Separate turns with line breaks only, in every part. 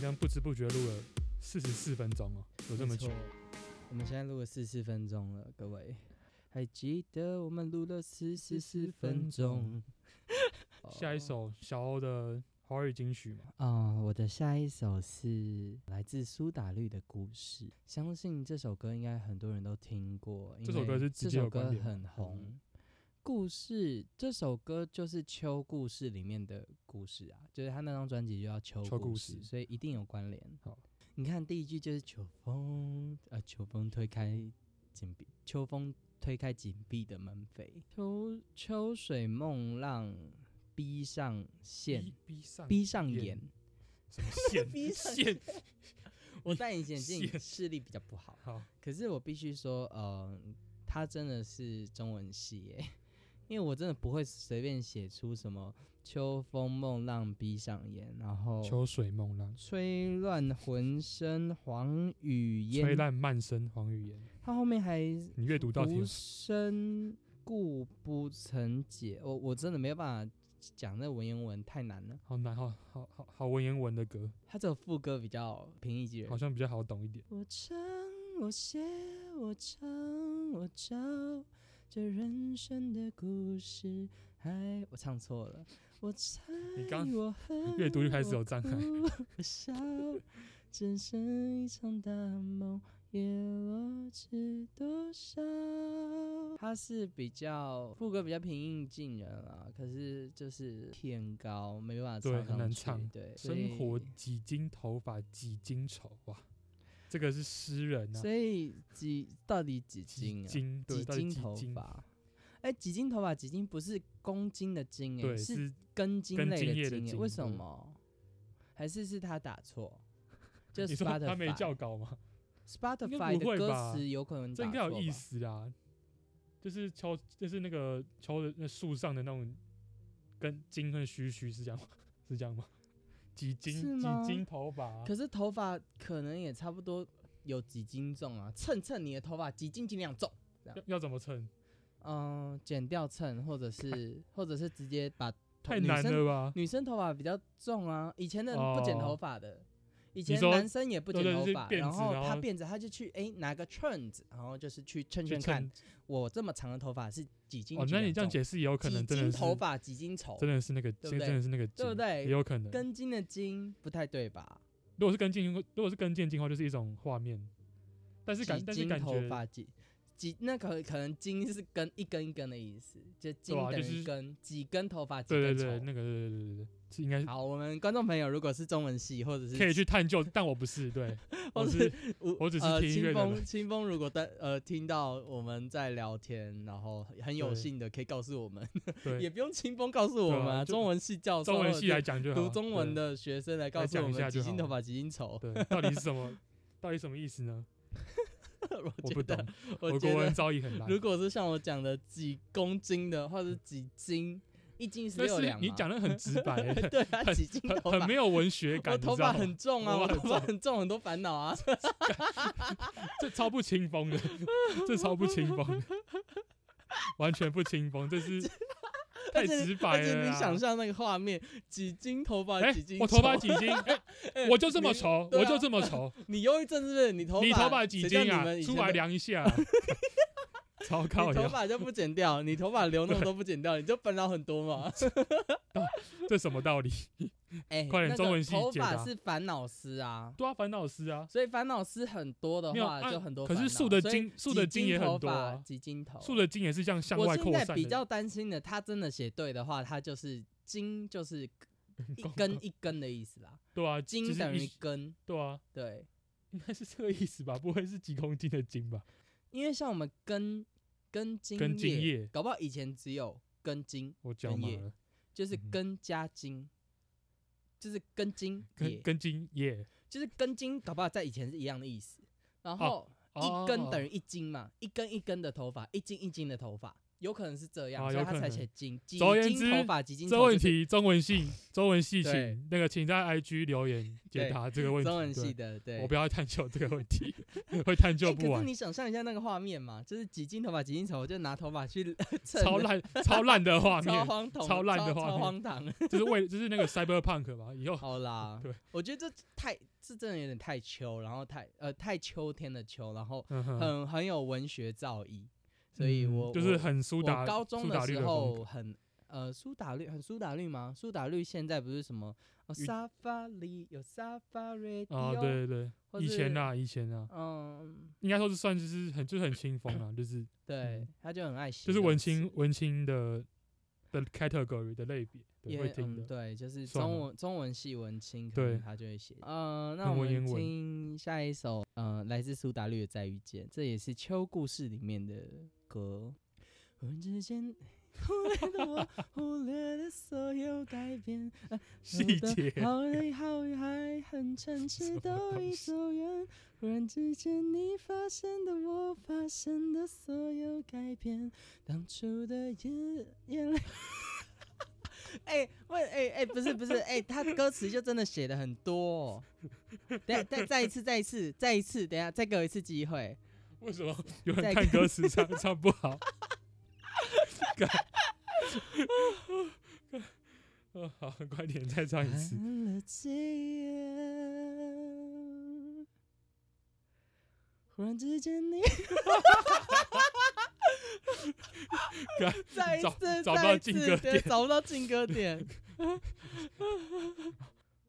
像不知不觉录了四十四分钟哦，有这么久
没。错。我们现在录了四十分钟了，各位还记得我们录了四十四分钟？
下一首小欧的华语金曲嘛，
哦，我的下一首是来自苏打绿的故事，相信这首歌应该很多人都听过，因
这
为
首歌是直
这
接有
首歌
关联吗嗯
很红。故事这首歌就是《秋故事》里面的故事啊，就是他那张专辑就叫《秋
秋故
事
事》，
所以一定有关联。
好，
你看第一句就是秋风，呃，秋风推开紧闭，秋风推开紧闭的门扉，秋秋水梦浪逼上线
逼，逼上
逼上
眼
眼，
什么线
逼上
线？
我戴隐形眼镜
线
视力比较不好，
好，
可是我必须说，呃，他真的是中文系耶，因为我真的不会随便写出什么“秋风梦浪逼上眼”，然后
秋水梦浪，
吹乱浑身黄雨
吹
烟，
烂漫生黄语言。
他后面还
你阅读到底
无
有
声故不曾解，我我真的没有办法讲那文言文太难了，
好难，好好好好文言文的歌，
他只有副歌比较平易近人
好。像比较好懂一点。
我唱，我写，我唱，我找这人生的故事。哎，我唱错了。我猜
你刚
我恨，
阅读就开始有障碍
我哭。我笑，只剩一场大梦，叶落知多少。它是比较副歌比较平易近人啊，可是就是偏高，没办法
对
唱上
很难
去
唱
对，所以
生活几斤头发几斤愁哇，这个是诗人啊，
所以几到底几斤
几
啊？
斤对，
几
到底
斤
几
头
斤？
发？哎，几斤头发？几斤不是公斤的斤哎、
对，
是
是
根茎
根
类
茎
的
叶的
茎哎、
茎嗯
为
对
什么？还是是他打错？就
你说他没
Spotify
校稿吗？应
Spotify
该不
的
会
歌
吧
词有可能
这
打
应
错
该
吧？
有意思啊，就是敲，就是那个敲的那树上的那种跟茎和须须是这样吗？是这样吗？几
是
斤几
吗
斤头发啊、
可是头发可能也差不多有几斤重啊，称称你的头发几斤几两重。
要要怎么称？
嗯，剪掉秤，或者是或者是直接把头
太
女
难
生
了吧？
女生头发比较重啊，以前的人不剪头发的，以
哦
前
你说
男生也不剪头
对对
发，
就是辫子
然后
然后
他辫子，他就去哎、拿个秤子，然后就是去称
去
称看
称
我这么长的头发是几斤
哦，
几
那
两
你这样
重
解释也有可能真的
几
是
斤头发几斤头，
真的是那个，
对
真
不对
真的是那个茎，
对不对
也有可能。
根茎的茎不太对吧？
如果是跟进，如果是跟进进化，就是一种画面，但是感
几
但是
斤
感
头
觉
发几几那可可能茎是根一根一根的意思，就茎
对啊
等
就
于
是
根，几根头发几
对对
根头。
对，那个对对对对对，是应该
好，我们观众朋友如果是中文系或者是
可以去探究，但我不是，对我是
我
我只是
呃，
听音乐的
清风，
人
清风，如果但呃听到我们在聊天，然后很有
对
幸的可以告诉我们， 也
对
不用清风告诉我们、
对啊就
中文系教授
中文系来
或者
讲就是好，
读中文
对
的学生来告诉
来
我
讲一
们
下就
几
好
斤头发几斤愁。
对，到底是什么？到底什么意思呢？
我
我
觉
不
得
懂，，
我觉
国文
得
造诣很烂。
如果是像我讲的几公斤的，或者是几斤，一斤是
但
六
是
两嘛，
你讲的很直 白欸，
对啊，
很
几斤头
很
发
很没。有文学感，
我
你
头
知道
发
吗
很重啊，我
我很
头发很重，很多烦恼啊。
这超不清风的，这超不清风的，完全不清风，这是 太直白
而且
了
你
啦。
想象那个画面，几斤头发，
哎
几斤，
我头发
愁
几斤？ 哎，
哎
我就这
你
么愁，
对啊
我就这么愁。
你忧郁症是不是？你头发
你头发几
谁
斤
叫
啊
你们？以前
出
都
来，量一下。啊超高
你头
呀！
发就不剪掉，你头发留那么多不 剪掉，你就烦恼很多嘛。
这什么道理？
哎
快点
那个
中文系
头
解
发
答
是烦恼丝啊，
对啊，烦恼丝啊，
所以烦恼丝很多的
没有
话
啊
就很多
可
烦恼。
是树的
所以
茎，树的
几
茎也很多
头发
啊，
几斤头。
树的茎也是这样向
我
外
现
扩
在
散
比
的。
较担心的，他真的写对的话，他就是 茎就是一根一根的意思啦，
对啊，就
茎等
是
于
一
根，
对啊，
对，
应该是这个意思吧？不会是几公斤的斤吧？
因为像我们根根茎
根茎叶
搞不好以前只有根茎。
我脚麻
叶
了，
就是
嗯哼
根加茎，就是根茎
根
也
根茎叶，
就是根茎，搞不好在以前是一样的意
哦
思。然后一根等于一斤嘛，一根一根的头发，一斤一斤的头发，有可能是这样，
啊
所
有
以他
可
才
能
写金金
总而言
金
之
头发，几金
这
头
问
就是
题中文系中文系
对
请那个请在 IG 留言解
对
答这个问题。
中文
对
系的，对。
我不要探究这个问题， 会探
哎
究不
可是
完。
你想象一下那个画面嘛，就是几斤头发几斤头，就拿头发去蹭
超
的，
烂、超烂的画
超
面，
荒唐，
超烂的画
超
面
荒唐。
就是为就是那个 cyberpunk 嘛，以后
好啦，
对，
我觉得这太这真的有点太秋，然后太呃太秋天的秋，然后
嗯哼，
很很有文学造诣，所以
嗯
我
就是
我
很苏打
我高中
苏打绿
时
的风格
候很呃苏打绿很苏打绿吗？苏打绿现在不是什么哦
与
Safari 有 Safari
啊，对对
或
对，以前
是
啊，以前啊，
嗯
应该说是算就是很就是很 清风啊，就是
对
嗯，
他就很爱写
就
这
是
种
文
词
青文青的的 category 的类别，对，
也
会听
嗯，
的。
对，就是
算
中
了
文中文系文青，可能
对
他就会写。呃，那
很
我
文
们
言文
听下一首，呃，来自苏打绿的《再遇见》，这也是秋故事里面的歌。忽然之间，忽略了我，忽略了所有改变，呃
细节
好累好累还很诚
什
挚
么
都
东
已
西
走远。忽然之间，你发生的我发生的所有改变，当初的眼眼泪。 哎、问哎哎、不是不是哎、他歌词就真的写的很多、哦。等下再再一次再一次再一次，等下再给我一次机会。
为什么有
再
人看
看
歌词唱唱不好？ 干呃，好，快点再唱一次。
看了几眼，忽然之间你
干
再一
找
次，
找不
再
到
一
进
次
歌
对
点
找不到进 歌点。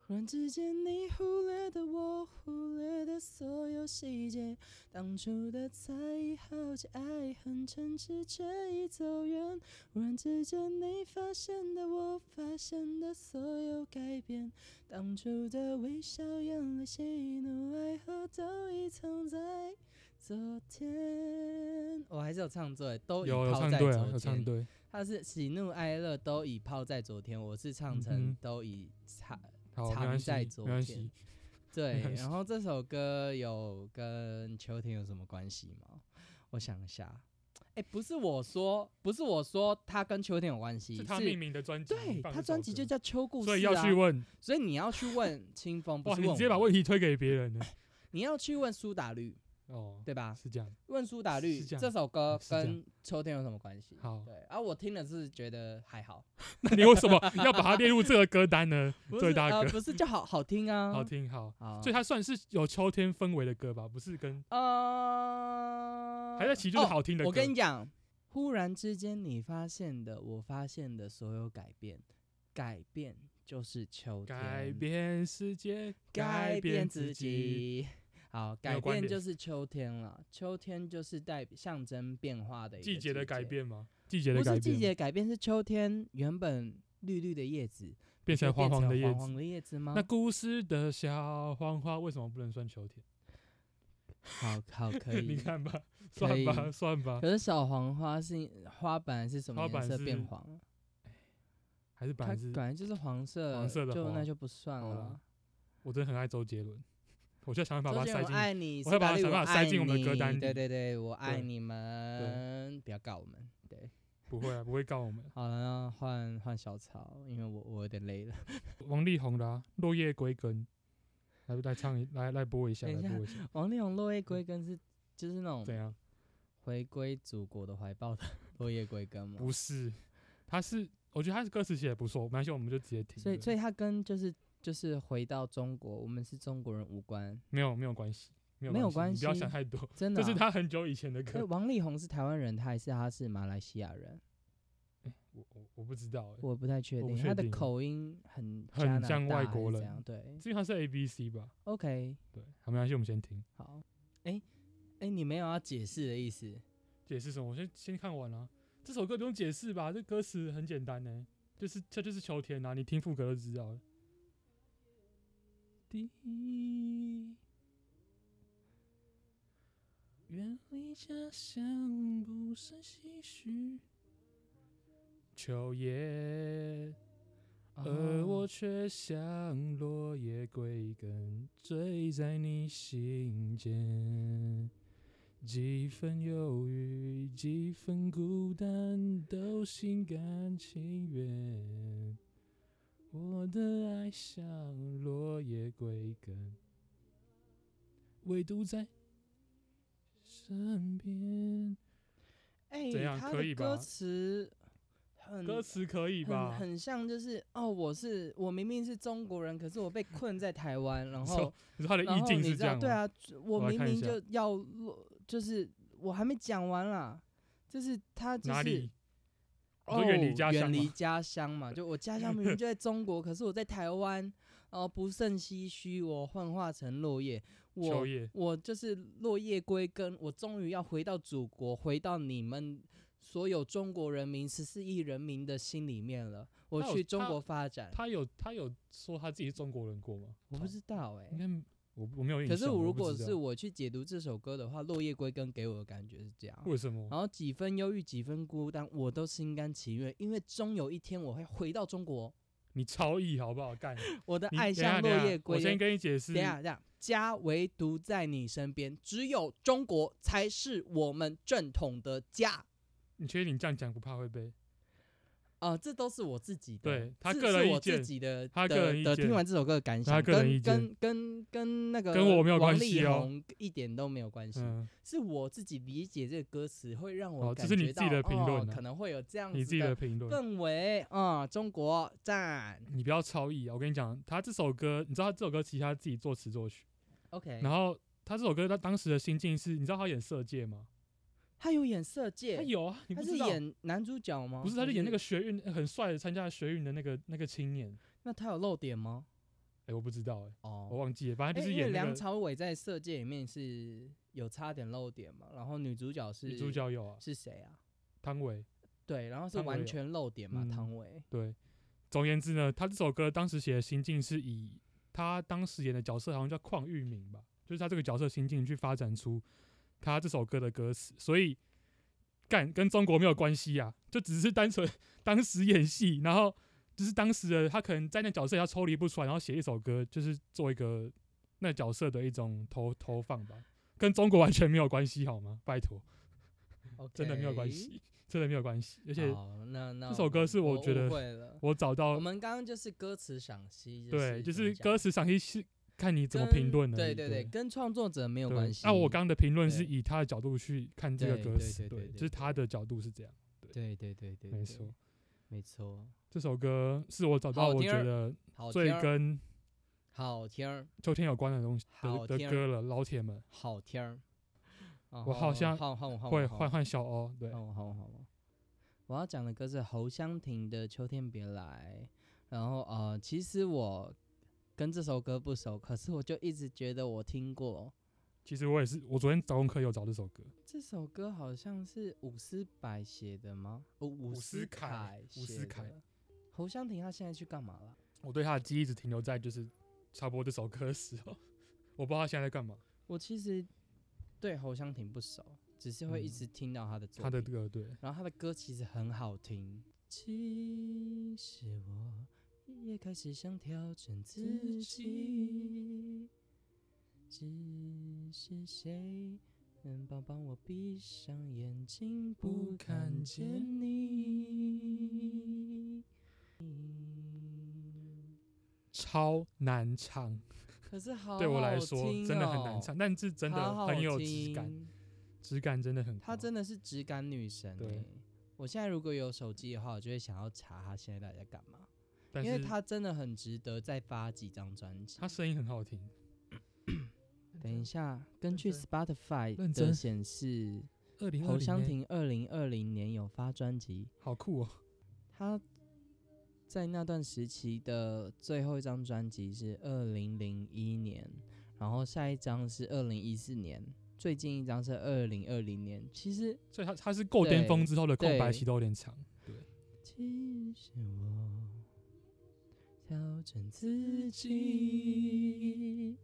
忽然之间，你忽略的我，忽略的所有细节，当初的猜疑、好奇、爱恨、嗔痴，却已走远。忽然之间，你发现的我，发现的所有改变，当初的微笑、眼泪、喜怒哀乐，都已藏在昨天。我还是有唱对，都已
有有
泡
唱
在
对
昨
啊，有唱
天
对。
他是喜怒哀乐都已泡在昨天，我是唱
嗯
成
哼
都已藏、
好，没
藏
关系
在，
没
昨
关
天
系。
对。
关系
然后这首歌有跟秋天有什么关系吗？我想一下，哎、不是我说，不是我说它跟秋天有关系，
是
是
他命名的专辑，
对
放
他
这
专
首
辑
歌
就叫《秋故事》
所以要去
啊，
问
所以你要去问 清风，不
哇，
是
你
问
直接把
我
问题推给别人了
你要去问苏打绿，
哦，
对吧？
是这样，
问苏打
是
绿
这样
这首歌
是这样
跟秋天有什么关系？
好
对，啊，我听了是觉得还好。
那你为什么要把它列入这个歌单呢？
不
最
是
大
呃，
歌
不是就好好听啊，
好听好，
好，
所以它算是有秋天氛围的歌吧，不是跟
呃，
还在其实就是
哦
好听的歌。
我跟你讲，忽然之间你发现的，我发现的所有改变，改变就是秋天，
改变世界，
改
变
变自
己，
己。好，
没有
改
关
变
联
就是秋天了。秋天就是代表象征变化的一个
季节的改
节，
变吗？季节的
不
改
是季节
变
的改变，是秋天原本绿绿的叶子
变成
就
黄
变
黄
成
的叶
黄
子
黄。的叶子吗
那？故事的小黄花为什么不能算秋 天？
好 好可以，
你看吧，
可
算吧，
以
算吧，
可是小黄花是花瓣是什么
花
颜
瓣
色
是
变黄？
还是本
它
来是
本来就是黄色，
黄色的
就
花
那就不算
好
了
啦。我真的很爱周杰伦，我就想办法
周
把它塞
杰伦我
进
爱你，
我
苏
会把
打
它
绿
想办法塞进我们的
爱
歌单
你对
里
对对，我爱
对
你们，不要告我们。对，
不会啊，不会告我们。
好了，那换换小草，因为我我有点累了。
王力宏的、啊《落叶归根》，来来唱一来来播一下，
等
来
一下
播一下，
王力宏《落叶
嗯
归根》是就是那
怎
种
样？
回归祖国的怀抱的《落叶归根》吗？
不是，他是我觉得他是歌词写的不错，没关系，我们就直接听。
所以所
以
以它跟就是就是回到中国，我们是中国人无关，
没有没有关系，没有
没有
系，你不要
关系
想太多，
真的
这
啊。
是 他很久以前的
所以
歌。
王力宏是台湾人，他还是他是马来西亚人？
我我我不知道、欸，
我不太确
我不
定，
确
他的
定
口音很
很
加拿
像
大
外
还
国
是
人
怎样对
至于他是 A B C 吧？
，OK，
对，好，没关系，我们先听。
好，哎、哎、你没有要解释的意思，
解释什么？我先先看完啊。这首歌不用解释吧？这歌词很简单呢、就是这就是秋天啊，你听副歌就知道了。
地远离家乡不胜唏嘘。
秋叶而呃我却像落叶归根，坠在你心间。几分忧郁，几分孤单，都心甘情愿。我的爱像落叶归根，唯独在身边。
哎、
怎样
他
可以
的歌
吧
词很
歌词可以吧
很？很像，就是哦，我是我明明是中国人，可是我被困在台湾，然
你
后
说你说他的
然
意
后
境
你
是
知
这
道，
样
对
吗？
啊，我
我来
明
看一
明
下
就要落，就是我还没讲完啦，就是他就是
哪里？你说，
哦
远离家乡
远离
吗？
家乡嘛，就我家乡明明 就在中国，可是我在台湾，然后不胜唏嘘，我幻化成落叶，
秋
我
叶，
我就是落叶归根，我终于要回到祖国，回到你们所有中国人民十四亿人民的心里面了。我
他有
去中
他
国发展，
他有他有说他自己是中国人过吗？
我不知道哎、
应该我我没有印
可
象。
是我
我
如
不
果
知
是
道
我去解读这首歌的话，《落叶归根》给我的感觉是这样。
为什么？
然后几分忧郁，几分孤单，我都心甘情愿，因为终有一天我会回到中国，
你超意好不好？ 干，
我的
你
爱
等一下
像落
等一下
叶
我
归
先
根。
跟你解释
等一，下，等一下，家唯独在你身边，只有中国才是我们正统的家。
你确定你这样讲不怕会被？
啊、这都是我自己的，
对他
是
个人
是
意
我自
见
己的，
他
的
个人意
的听
见
完这首歌的感
他
想，
个
跟
人意见
跟跟跟那个
跟我没有
王
关
力
系哦
宏一点都没有关系，
嗯，
是我自己理解这个歌词会让我
哦
感
这
觉
是
到
你自己的评论
哦
啊
可能会有这样
你自
子
己的评论，
氛围啊、中国赞
你不要超意啊！我跟你讲，他这首歌，你知道他这首歌其实他自己作词作曲，
，OK，
然后他这首歌他当时的心境是，你知道他演《色戒》吗？
他有演色戒，
他有啊，你
他
不
是
知道？
演男主角吗？
不是，他
还
就演那个学运很帅的参加学运的那个那个青年，
那他有露点吗？
哎，我不知道哎，
哦，
我忘记了，反正
哎
就是
因为
演那
梁
个
朝伟在《色戒》里面是有差点露点嘛，然后女主角是
女主角有啊，
是谁啊？
汤唯，
对，然后是
汤唯
完
哦
全露点嘛，
嗯
汤唯。
对，总而言之呢，他这首歌当时写的心境是以他当时演的角色好像叫邝玉明吧，就是他这个角色心境去发展出他这首歌的歌词，所以干跟中国没有关系啊，就只是单纯 当时演戏，然后就是当时的他可能在那角色要抽离不出来，然后写一首歌，就是做一个那角色的一种投投放吧，跟中国完全没有关系好吗？拜托，哦真的没有关
OK。
系，真的没有关系，而且。
好，那那
这首歌是
我
我觉得
误会了。
我找到
我们刚刚就是歌词赏析，
对，就
怎么
是
讲
歌词赏析是看你怎么评
跟
论的。
对
对
对，跟创作者没有
对
关系。
那我刚刚的评论是
对
以他的角度去看这
对
个歌
对
词，
对对
对，
对
就是他的角度是这样，
对对对对，
没
对
错。
没错，
这首歌是我找到
好
我
听
觉
儿
得
好
最
听儿，
跟
好听儿，
秋天有关的东西
好
的的
听儿
歌了，老铁们
好听儿。然
我好
后
像
换换我换我
会
换
换
我
换小欧，对，
好哦好好，我要讲的歌是侯湘婷的《秋天别来》，然后呃，其实我跟这首歌不熟，可是我就一直觉得我听过
其实我也是，我昨天找功课有找这首歌，
这首歌，好像是伍思柏写的吗？哦，伍
伍
思
思凯伍
写
思凯
的。侯湘婷她现在去干嘛了？
我对他的记忆一直停留在就是差不多这首歌的时候， 我不知道他现在在干嘛，
我其实对侯湘婷不熟，只是会一
嗯
直听到她的作
他的
品
歌对，
然后他的歌其实很好听。其实我也开始想调整自己，只是谁能帮帮我闭上眼睛，不
不
看
看
见
见
你。
超难唱，
可是好好
对我来说
听
真的很
哦
难唱，，但是真
好
的
好
很有质感。
听
质感真的很高，
她真的是质感女神、
对
欸。我现在如果有手机的话，我就会想要查她现在到底在干嘛，
但
因为
是
她真的很值得再发几张专辑。
他声音很好听。
等一下，根据
真
Spotify
认
的
真
显示，
二零
侯
二
湘
零，
婷二零二零年有发专辑，
好酷哦！
她在那段时期的最后一张专辑是二零零一年，然后下一张是二零一四年，最近一张是二零二零年。其实
所以他他是够巅峰
对
之后的空白
对
期都有点长，
其实我调整自己，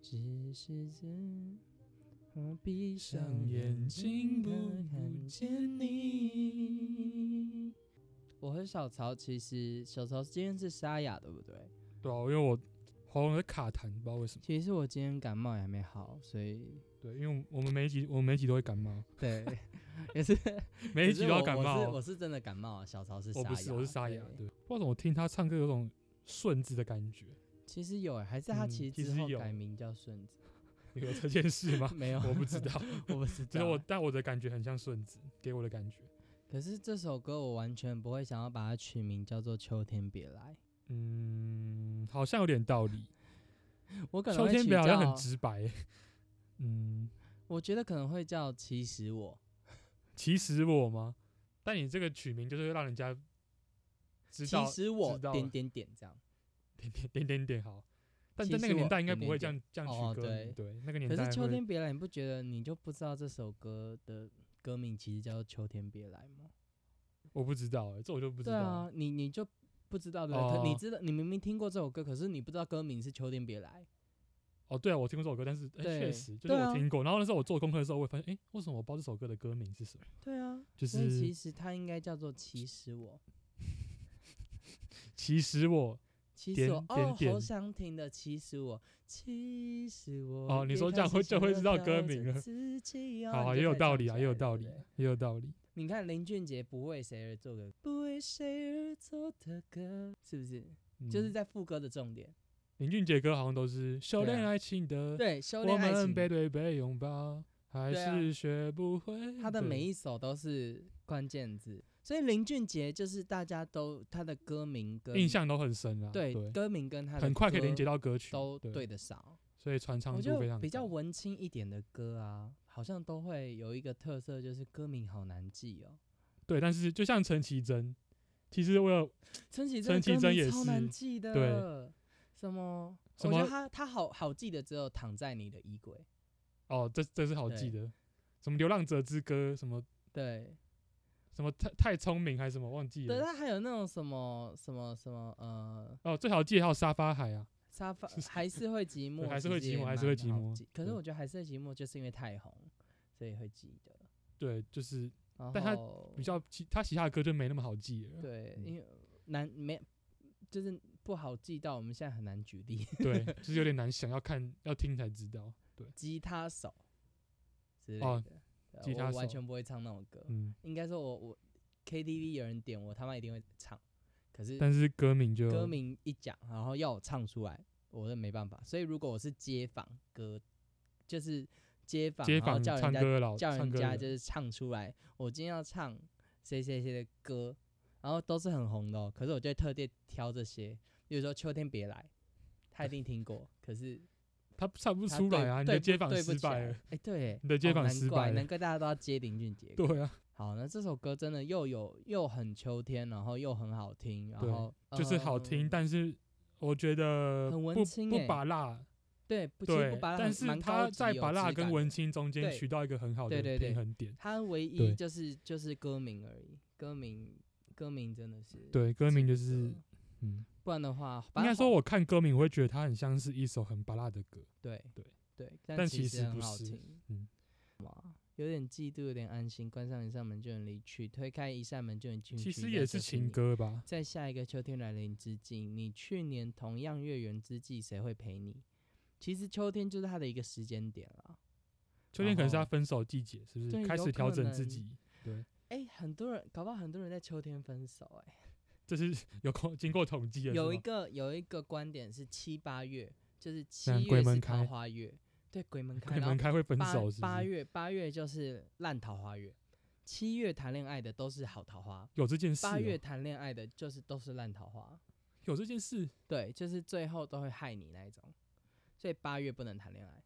只是自我闭上眼睛不看见你。我和小曹其实小曹今天是沙哑，对不对？
对啊，因为我喉咙在卡痰，不知道为什么。
其实我今天感冒也还没好，所以
对，因为我们每一集我们每一集都会感冒，
对，也是哎
每一集都要感
可是我我是
冒
我。是真的感冒，啊小曹是
我不是，我是沙
沙
哑。对，不知道怎么听他唱歌有种顺子的感觉，
其实有欸，还是他
嗯
其
其
实之
实
后
有
改名叫顺子，？
有这件事吗
没有，
我不知，道，
我不知
只是
道
我
欸。
但我的感觉很像顺子给我的感觉。
可是这首歌我完全不会想要把它取名叫做《秋天别来
嗯，好像有点道理。》，
我可能
秋
会
天
取
表好像
叫
很，直白、 嗯，
我觉得可能会叫《其实我》。
其实我吗？但你这个取名就是让人家知道
其实我
知道
点
了
点点这样，
点点点点点好。但
其
在那
实
个年
我
代应该
点
不会这
点
样这样
哦
取歌名，
对
对，那个年
可
代
是《秋
会
天别来》，你不觉得你就不知道这首歌的歌名其实叫做《秋天别来》吗？
我不知道、欸，这我就不知
对
道。
啊，你你就不知道对不对？可你
哦
知道，你明明听过这首歌，可是你不知道歌名是《秋天别来》。
哦，对啊，我听过这首歌，但是哎确、
对
实就
对
是我
啊
听过。然后那时候我做功课的时候，我也发现，哎、为什么我不知道这首歌的歌名是什么？
对啊，
就
所以其
是
实它应该叫做《其实我》。
其实我
其
点
实我
点
哦，好
点
想听的。其实我，其实我。
哦你
别
说这
看
样会
是
就会
想
知
要
道歌
飘着
名了
自己哦
好、
你
啊，
就
也有
可以
道
唱
理
起
啊，
来
也有
了
道
对
理
不对，
也有道理。
你看林俊杰不为谁而作的，不为谁而作的歌，是不是？就是
嗯
在副歌的重点。
林俊杰歌好像都是修
对啊
炼爱情的，
对，修
我
炼爱
们
情，
背对背拥抱，还
对啊
是学不会。
他的
对
每一首都是关键字，所以林俊杰就是大家都他的歌名跟
印象都很深啊，
对
对，
歌名跟他的
很快可以
歌
连接到歌曲，
都
对，
对得上。
所以传唱
我觉
度非
得
常
比较
高
文青一点的歌啊，好像都会有一个特色，就是歌名好难记哦。
对。但是就像陈绮贞，其实我有
陈绮
陈
贞的
绮贞
歌名
也
超
是
难记的，
对，
什么？
什
我觉
么
得他他好好记的只有《躺在你的衣柜》，
哦，这这是好记的，什么《流浪者之歌》，什么
对，
什么太太聪明还是什么忘记
对，
了。
他还有那种什么什么什么呃。
哦，最好记得还有沙发海啊，
沙发还是会寂 寞，
还是
其
会
实
寂
也
寞还是
蛮
会寂
好
寞
记可是
对
我觉得还是会寂寞，就是因为太红，所以会记得。
对，就是
然
但他
后
比较其他其他的歌就没那么好记了。
对，
嗯
因为难没就是不好记到，我们现在很难举例。
对， 就是有点难想，要看要听才知道。对，
吉他手之类的，
哦
对啊
吉他
我完
手
全不会唱那种歌。
嗯，
应该说我我 KTV 有人点我他妈一定会唱，可是
但是歌名就
歌名一讲，然后要我唱出来，我就没办法。所以如果我是街访歌，就是街访，
街
然后
坊
叫
唱
人家
歌的老
叫
唱
人
歌
家
的
就是唱出来，我今天要唱谁谁谁的歌，然后都是很红的、哦，可是我就会特地挑这些，比如说《秋天别来》，他一定听过，可是
他唱不
不
出来啊，你的街访失败了
哎。、对，
你的街
哦
访
难
失
怪
败了
难怪大家都要接林俊杰。
对啊，
好，那这首歌真的又有又很秋天，然后又很好听，然
对
后
就是好听，
呃
但是我觉得
很文
不
青
不
欸
拔辣，
对，不其实
对
不，把它
但
很
是
蛮
他
高级
在
有
拔辣
质
跟
感
文
的，
青中间
对
取到一个很好的
对对对
平衡点。
它唯
对
一就是就是歌名而已，歌名歌名真的是
对，歌名就
值
是
得
嗯，
不然的话，
应
反
该
正
说
好
我看歌名，我会觉得它很像是一首很拔辣的歌。
对
对
对，
但
但
其实
实
不
很好
是
听，
嗯，
哇，有点嫉妒，有点安心，关上一扇门就能离去，推开一扇门就能进去，
其实
让
也
这
是
些
情
你。
歌吧，
在下一个秋天来临之际，你去年同样月圆之际，谁会陪你？其实秋天就是它的一个时间点了。
秋天可能是他
然后
分手季节，是不是
哦对
开
有
始调
可
整自
能
己？对，
哎、很多人搞不好很多人在秋天分手、哎。
这是 有过经过统计的，
有
是
一
吗
个有一个观点是七八月，就是七
嗯鬼
月
门
是
开
桃花月，对，鬼门开，
鬼
然后
门开会分
八
手，是不
八
是？
月八月就是烂桃花月，七月谈恋爱的都是好桃花，
有这件事哦、
八月谈恋爱的就是都是烂桃花，
有这件事，
对，就是最后都会害你那一种，所以八月不能谈恋爱，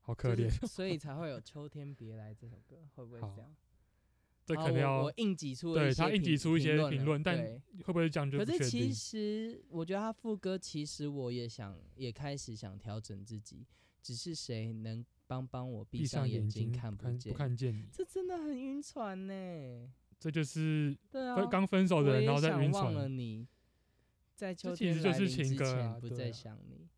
好可
就
怜。
是所以才会有《秋天别来》这首歌，会不会
好
是这样？
这
好
可能
哦我
要
我硬挤出了
对
一
他
些
硬挤
评
出一些
论
评
了
论但
对
会不会这样就
可
不确
是其
定？
实，我觉得他副歌其实我也想，也开始想调整自己，只是谁能帮帮我闭
闭
上
上眼
睛
看
不见？
不看见你，
这真的很晕船呢、
这就是
对啊，
分刚分手的
我
人，
也
然后再
想
晕
忘了
船。
你，在秋
其
天
实就
来
是
临
情
之
歌
前
啊
不
对
再
啊
想你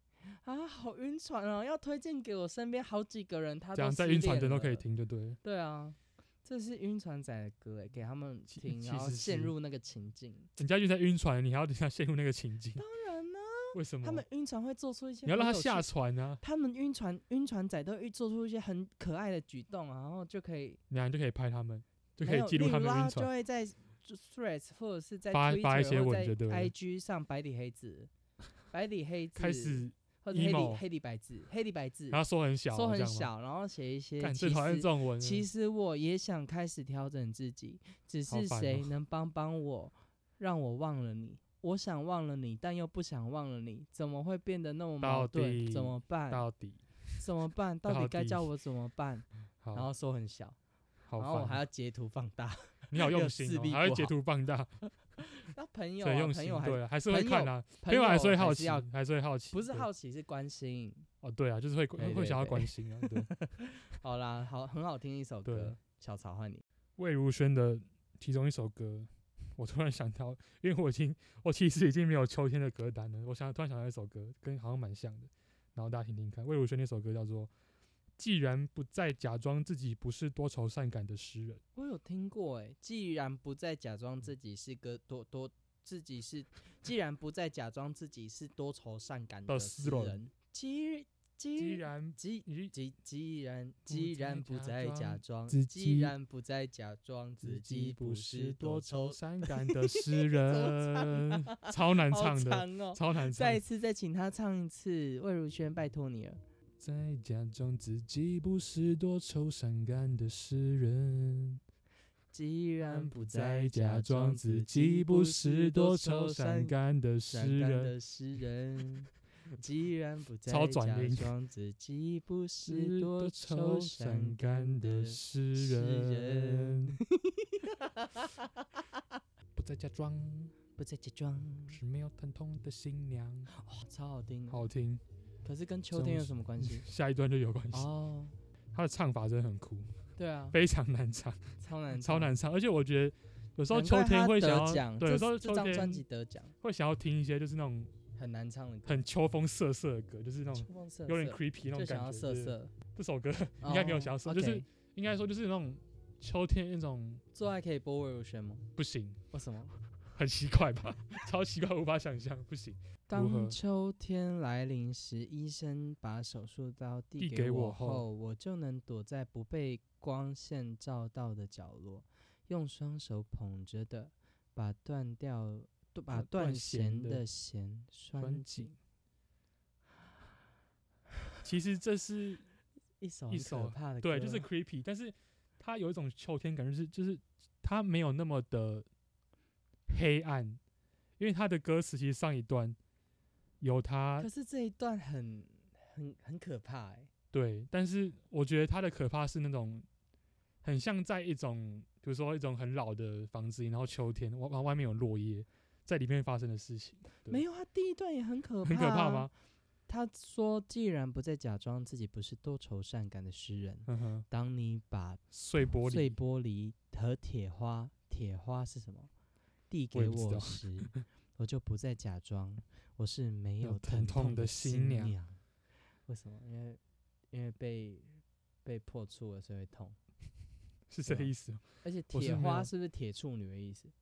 啊，好晕船啊！要推荐给我身边好几个人，他
这
都
样在
失
晕船的
恋
人都可以
了。
听，就对了。
对啊，这是晕船仔的歌诶、欸给他们
其
听，
其
然后
实
陷
是
入那个情境。
人家就在晕船，你还要等下陷入那个情境，
当然呢、
为什么？
啊他们晕船会做出一些
你要让他
很有趣
下船啊，
他们晕船晕船仔都会做出一些很可爱的举动啊，然后就可以
然后就可以拍他们，就可
没
以
有
记录
例
他
如
们的晕
就
船。
会在 Threads 或者是在
发
Twitter
发一些
或
文
在
字对不对
IG 上白底黑字，白底黑字
开始，
或者黑底
emo
黑底白字，黑底白字
然，后缩很小，哦
说
这
很
样吗。
小，然后写一些
干
其
最讨厌这
实
种文了。
其实我也想开始调整自己，只
嗯好
是
烦哦
谁能帮帮我，让我忘了你。我想忘了你，但又不想忘了你，怎么会变得那么
到
矛盾？
底
怎么办？
到底
怎么办？到
到
底该
底
叫我怎么办？
好，
然后说很小，
好
然后我还
烦哦，
要截图放 大。
你好
要
用心
视
哦，
力
还会
不
截
好
图放大，
那朋友、
所以
啊，
用
朋
心
友还
对啊，还是会
朋
看
友
啊，
朋友
还是会好
还
奇
要，
还是会好奇，
不是
对
好奇是关心。
哦，对啊，就是会
对
会
对
想要
对
关心啊，对。
好啦，好，很好听一首
对
歌，小草换你。
魏如萱的其中一首歌，我突然想到，因为我已经我其实已经没有秋天的歌单了，我想突然想到一首歌，跟好像蛮像的，然后大家听听看，魏如萱那首歌叫做《既然不再假装自己不是多愁善感的诗人》，
我有听过哎、既然不再假装
嗯
自己是个多多，自己是，既然不再假装自己是多愁善感
的
的
诗
诗
人
人，既
既
既
然
既
你
既既然既
再
然不
假
再假
装
装
自
既
己
然不再假装自己不是多愁，
善感的诗人，超难
好
唱的，
长哦。
超难唱
再
的。
一次再请他唱一次，魏如萱，拜托你了。
再假装自己不是多愁善感的诗人，
既
但
然
不
不
再
再
假
假
装
装
自
自
己
己
不
不
是
是
多
多
愁
愁
善
善
感的诗
善感
人，
的诗人，既然不再
超转
假
音
装自己不
是
是
多
多
愁
愁
善感
善感
的
的
诗
诗
人
人。
不再假装
不再假装，
是没有疼痛的新娘，
哇，超好听。
好听。
可是跟秋
中
天有
是？
什么关系
下一段就有关系。
哦，
他的唱法真的很酷，
对啊，
嗯非常难唱。
超难，
超。难唱，而且我觉得有时候
难
秋
怪
天
他
会想
得
要，
奖，
对，有
这
时候
这
秋
张专
天
辑得奖，
会想要听一些就是那种
很难唱的歌，
很秋风瑟瑟的歌，就是那种
秋风瑟
有点
瑟
creepy 那种
就想
感
要
觉。
瑟
对
瑟，
这首歌应该没有想要瑟，
哦
就是
，OK
应该说就是那种秋天那种
做爱可以播魏如萱吗？
不行，
为什么？
很奇怪吧， 超奇怪，无法想象，不行。如何
当秋天来临时，医生把手术刀
递
递
给
给
我
我
后
后，我就能躲在不被光线照到的角落，用双手捧着的，把断掉、
把
把
断
断
弦
弦
的
的弦
关
拴紧
紧。。其实这是
一首
一
很
首
可怕的歌，
对，就是 creepy，但是它有一种秋天感觉是，就是它没有那么的黑暗，因为它的歌词其实上一段有它
可是这一段很、很、很可怕哎、
对，但是我觉得它的可怕是那种很像在一种，比如说一种很老的房子里，然后秋天外外外面有落叶，在里面发生的事情， 对
没有啊，第一段也很可怕、
很
啊
可怕吗？？
他说：“既然不再假装自己不是多愁善感的诗人，
嗯哼，
当你把
碎玻
碎
璃，
玻璃和铁花，铁花是什么？递
我也
给
不知道
我时，我就不再假装我是没
有
有
疼痛
痛
的新
新
娘
为什么？因为因为被被破处了，所以会痛。
是这
对
个
吧
意思吗？
而且
我是
铁
没有
花是不是铁处女的意思？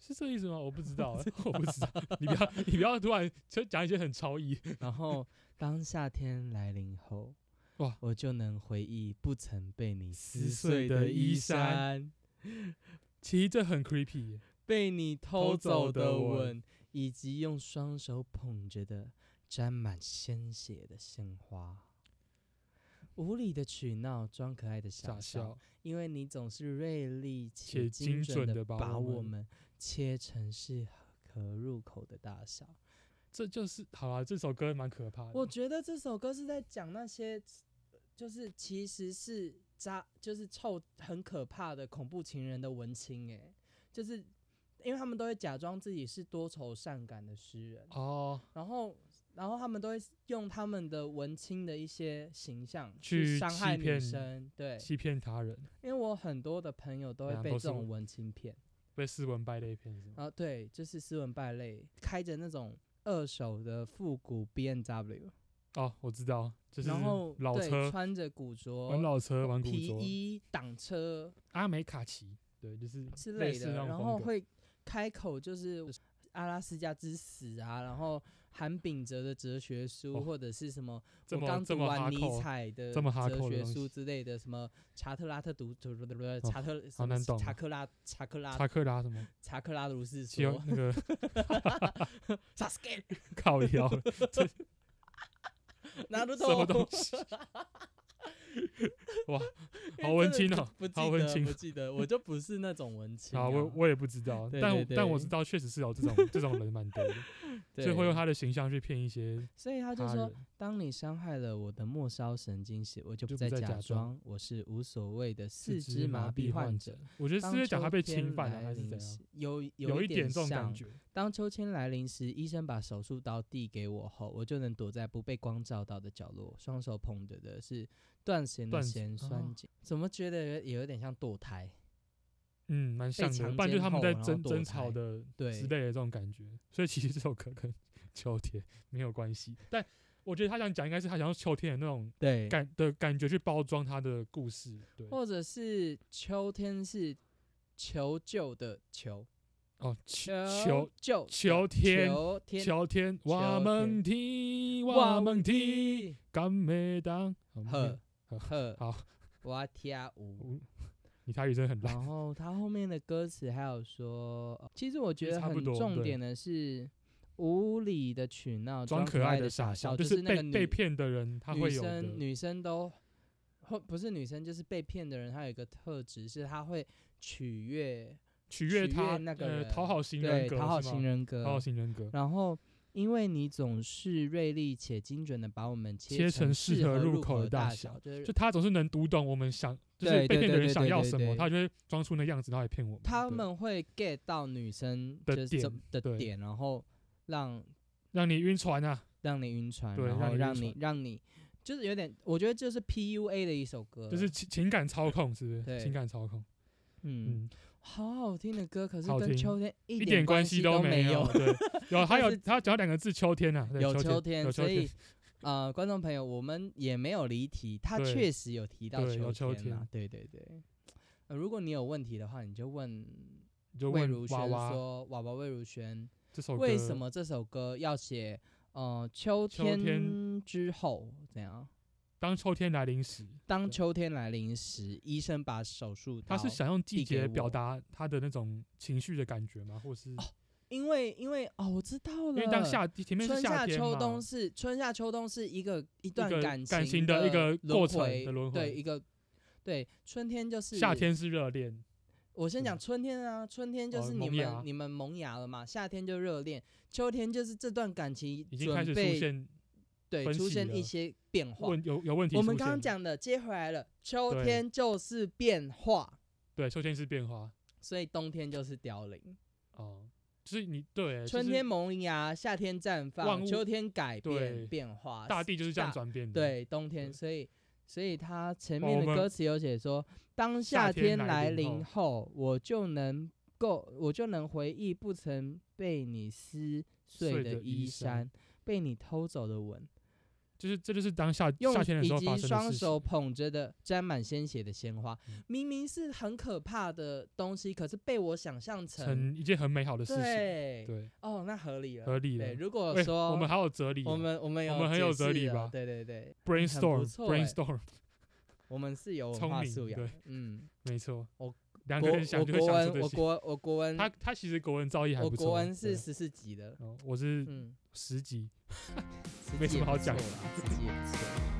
是这个意思吗？我不知道 欸，我不知道。你不要，你不要突然就讲一些很超意。
然后当夏天来临后，
哇
我就能回忆不曾被你
撕
撕
碎
碎
的
的
衣
衣
衫
衫。”
其实这很 creepy，耶
被你
偷
偷
走
走
的
的
吻
吻，以及用双手捧着的沾满鲜血的鲜花。无理的取闹，装可爱的
傻
傻笑，
笑。
因为你总是锐利
且
且
精
精
准
准
地
的
把
把
我
我
们
们切成适合入口的大小。
这就是好啦，这首歌蛮可怕的。
我觉得这首歌是在讲那些，就是其实是渣，就是臭很可怕的恐怖情人的文青哎、就是因为他们都会假装自己是多愁善感的诗人，
哦，
然后然后他们都会用他们的文青的一些形象
去
伤
欺
害女
骗
生，对，
欺骗他人，
因为我很多的朋友都
对
会
啊
被
都是
这种文青骗。
被斯文败类骗是吗？
然后对，就是斯文败类，开着那种二手的复古 B N W，
哦，我知道，就是
然后
老
对
车，哦
穿着古着
玩，老车，玩古
皮
着，
衣、挡车
阿美卡奇，对，就是
之
类
类
似
的，
那
然
种
后
风格。
会开口就是阿拉斯加之死啊，然后韩炳哲的哲学书，
哦
或者是什么
这
我
么
刚
这
读
么
完
hardcore
尼采的
这么 hardcore 的
哲学
东
书
西哦
之类的，什么查特拉特读读读读查特什
好
么
难懂
查
哦
克拉查克拉
查克拉什么，
查克拉如是
其实
说，
那 个
萨斯盖
靠腰，这
拿得
什么东
懂，
西？哇，好文青哦、
不记
好文
得
青
不记得，我就不是那种文青
啊，我
啊
我也不知道，
对
但
对
我但我
对
知道确实是有这种 这种人蛮多的，所以
对
会用他的形象去骗一些
所以他就
他
说
人，。
当你伤害了我的末梢神经时，我就
就
不
不
再
再假
假
装
装我是无所谓的四
肢
肢麻
麻
痹
痹患
患
者
者。
我觉得
当
是因为讲他
秋
被
天
侵犯了
来
还是
临
怎样
时，有
有
一
一点这种感
像
觉。
当秋千来临时，医生把手术刀递给我后，我就能躲在不被光照到的角落，双手捧着的是断弦的
断
弦
弦
酸
哦
紧，怎么觉得有也有点像堕胎？
嗯，蛮像的，
强
不然就是
奸
他们
后
在
然后
争
堕
争吵
胎
的
对
之类的这种感觉，所以其实这首歌跟 秋天没有关系，但我觉得他想讲应该是他想用秋天的那种
对，
感的感觉去包装他的故事，对，
或者是秋天是求救的求，
哦，秋秋
求救
秋
的
天
求天
秋天，我
秋
们听，我们听，甘美当，好没有
呵呵，
好，
我跳舞。
我你台语真的很烂，
然后他后面的歌词还有说，呃其实我觉
其实
得
差不
很
多
重
对
点的是无理的取闹，
装可
可爱
爱的
傻
傻
笑，
笑，
就
就是
那
被
个女
被骗的人他
女
会有的
生女生都或不是女生，就是被骗的人，她有一个特质是她会取悦，
取
取
悦
悦
他，
那个
呃，
人
讨好型人
对，
格，
讨好
是
型
吗
人格，
讨好型人格。
然后，因为你总是锐利且精准的把我们
切
成
成适
适
合入
入
口的
的
大
小，
小
就是
就他总是能读懂我们想，就是
对
被
对
骗
对
的人
对
想
对
要
对
什么，
对
他就会装出那样子，然后来骗我们。
他
对
们会 get 到女生
的
就是怎
点
的
对
点，然后让
让你晕船啊，
让你晕船，
对
然
让
后
你
让
晕
你让你就是有点，我觉得就是 PUA 的一首歌，
就是情情感操控，是不
对
是？情感操控，
嗯，
嗯，
好好听的歌，可是
好
跟
听
秋天一
一
点
点
关
关
系
都
没
有。 对，有还有
是
他只要两个字秋天啊，对
有
秋
天，
有秋
所以
天，
呃，观众朋友，我们也没有离题，他
对
确实有提到
对有秋
天啊
天，
对对对。呃如果你有问题的话，你就问
你就
魏
问
如
娃
萱
娃
说：“娃娃魏如萱，
这首歌
为什？么这首歌要写呃秋
秋天
天之后怎样？
当秋天来临时，
当
对
秋天来临时，医生把手术刀
他是想用季
递给
节表
我哦
达他的那种情绪的感觉吗？或是
因为因为哦，我知道了，
因为当夏前面是
春夏
夏天
秋
嘛，
冬是春夏秋冬是一个一段
个
感
感情
的
的一个
轮
过程
回
的轮
对
回
一个对春天就是
夏。天是热恋，
我先
是
讲
吗
春天啊，春天就
哦
是你
萌
们、
芽
你们萌芽了嘛，夏天就热恋，秋天就是这段感情
已经开始
准
出
备
现
对
分
出
歧
现一
了
些变化。
问有有问题出
我
现了。
们刚刚讲的接回来了，秋
对
天就是变化，
对，秋天是变化
所以冬天就是凋零，
哦，就是你对就
春
是
天萌芽，夏天绽
万
放，
物
秋天改变
对
变化，
大地就是这样
大
转变的。，
对，冬天，
对
所以所以他前
哦
面
我
的
们
歌词有写说，当
夏
夏
天
天
来
来
临
临后，我就能够，我就能回忆不曾被你撕碎
碎
的
的衣
衣
衫
衫，被你偷走的吻，
就是这就是当夏
用
夏天的
以
时候发
及
生
双
的事
手
情。
捧着的沾满鲜血的鲜花
嗯，
明明是很可怕的东西，可是被我想象成。
成一件很美好的事情，
对，
对，
哦，那合理了，
合理
对，
了
如果
喂
说
我们还有哲理啊，
我们我们有
我们很
解
有哲
释
理
了
吧
对对对，
brainstorm
错欸
brainstorm，
我们是有文
聪
化
明
素养
对
的，嗯。
没错
我，
两
国
个人想
我
就会
国
想
文
出这
我
些。
国我国文
他他其实国文造�诣还
我
不错，
国文是
对
十四级的，
哦我是
嗯，
十级，
十
没
级
什
也
么好
不
讲
错啦，十级也不错。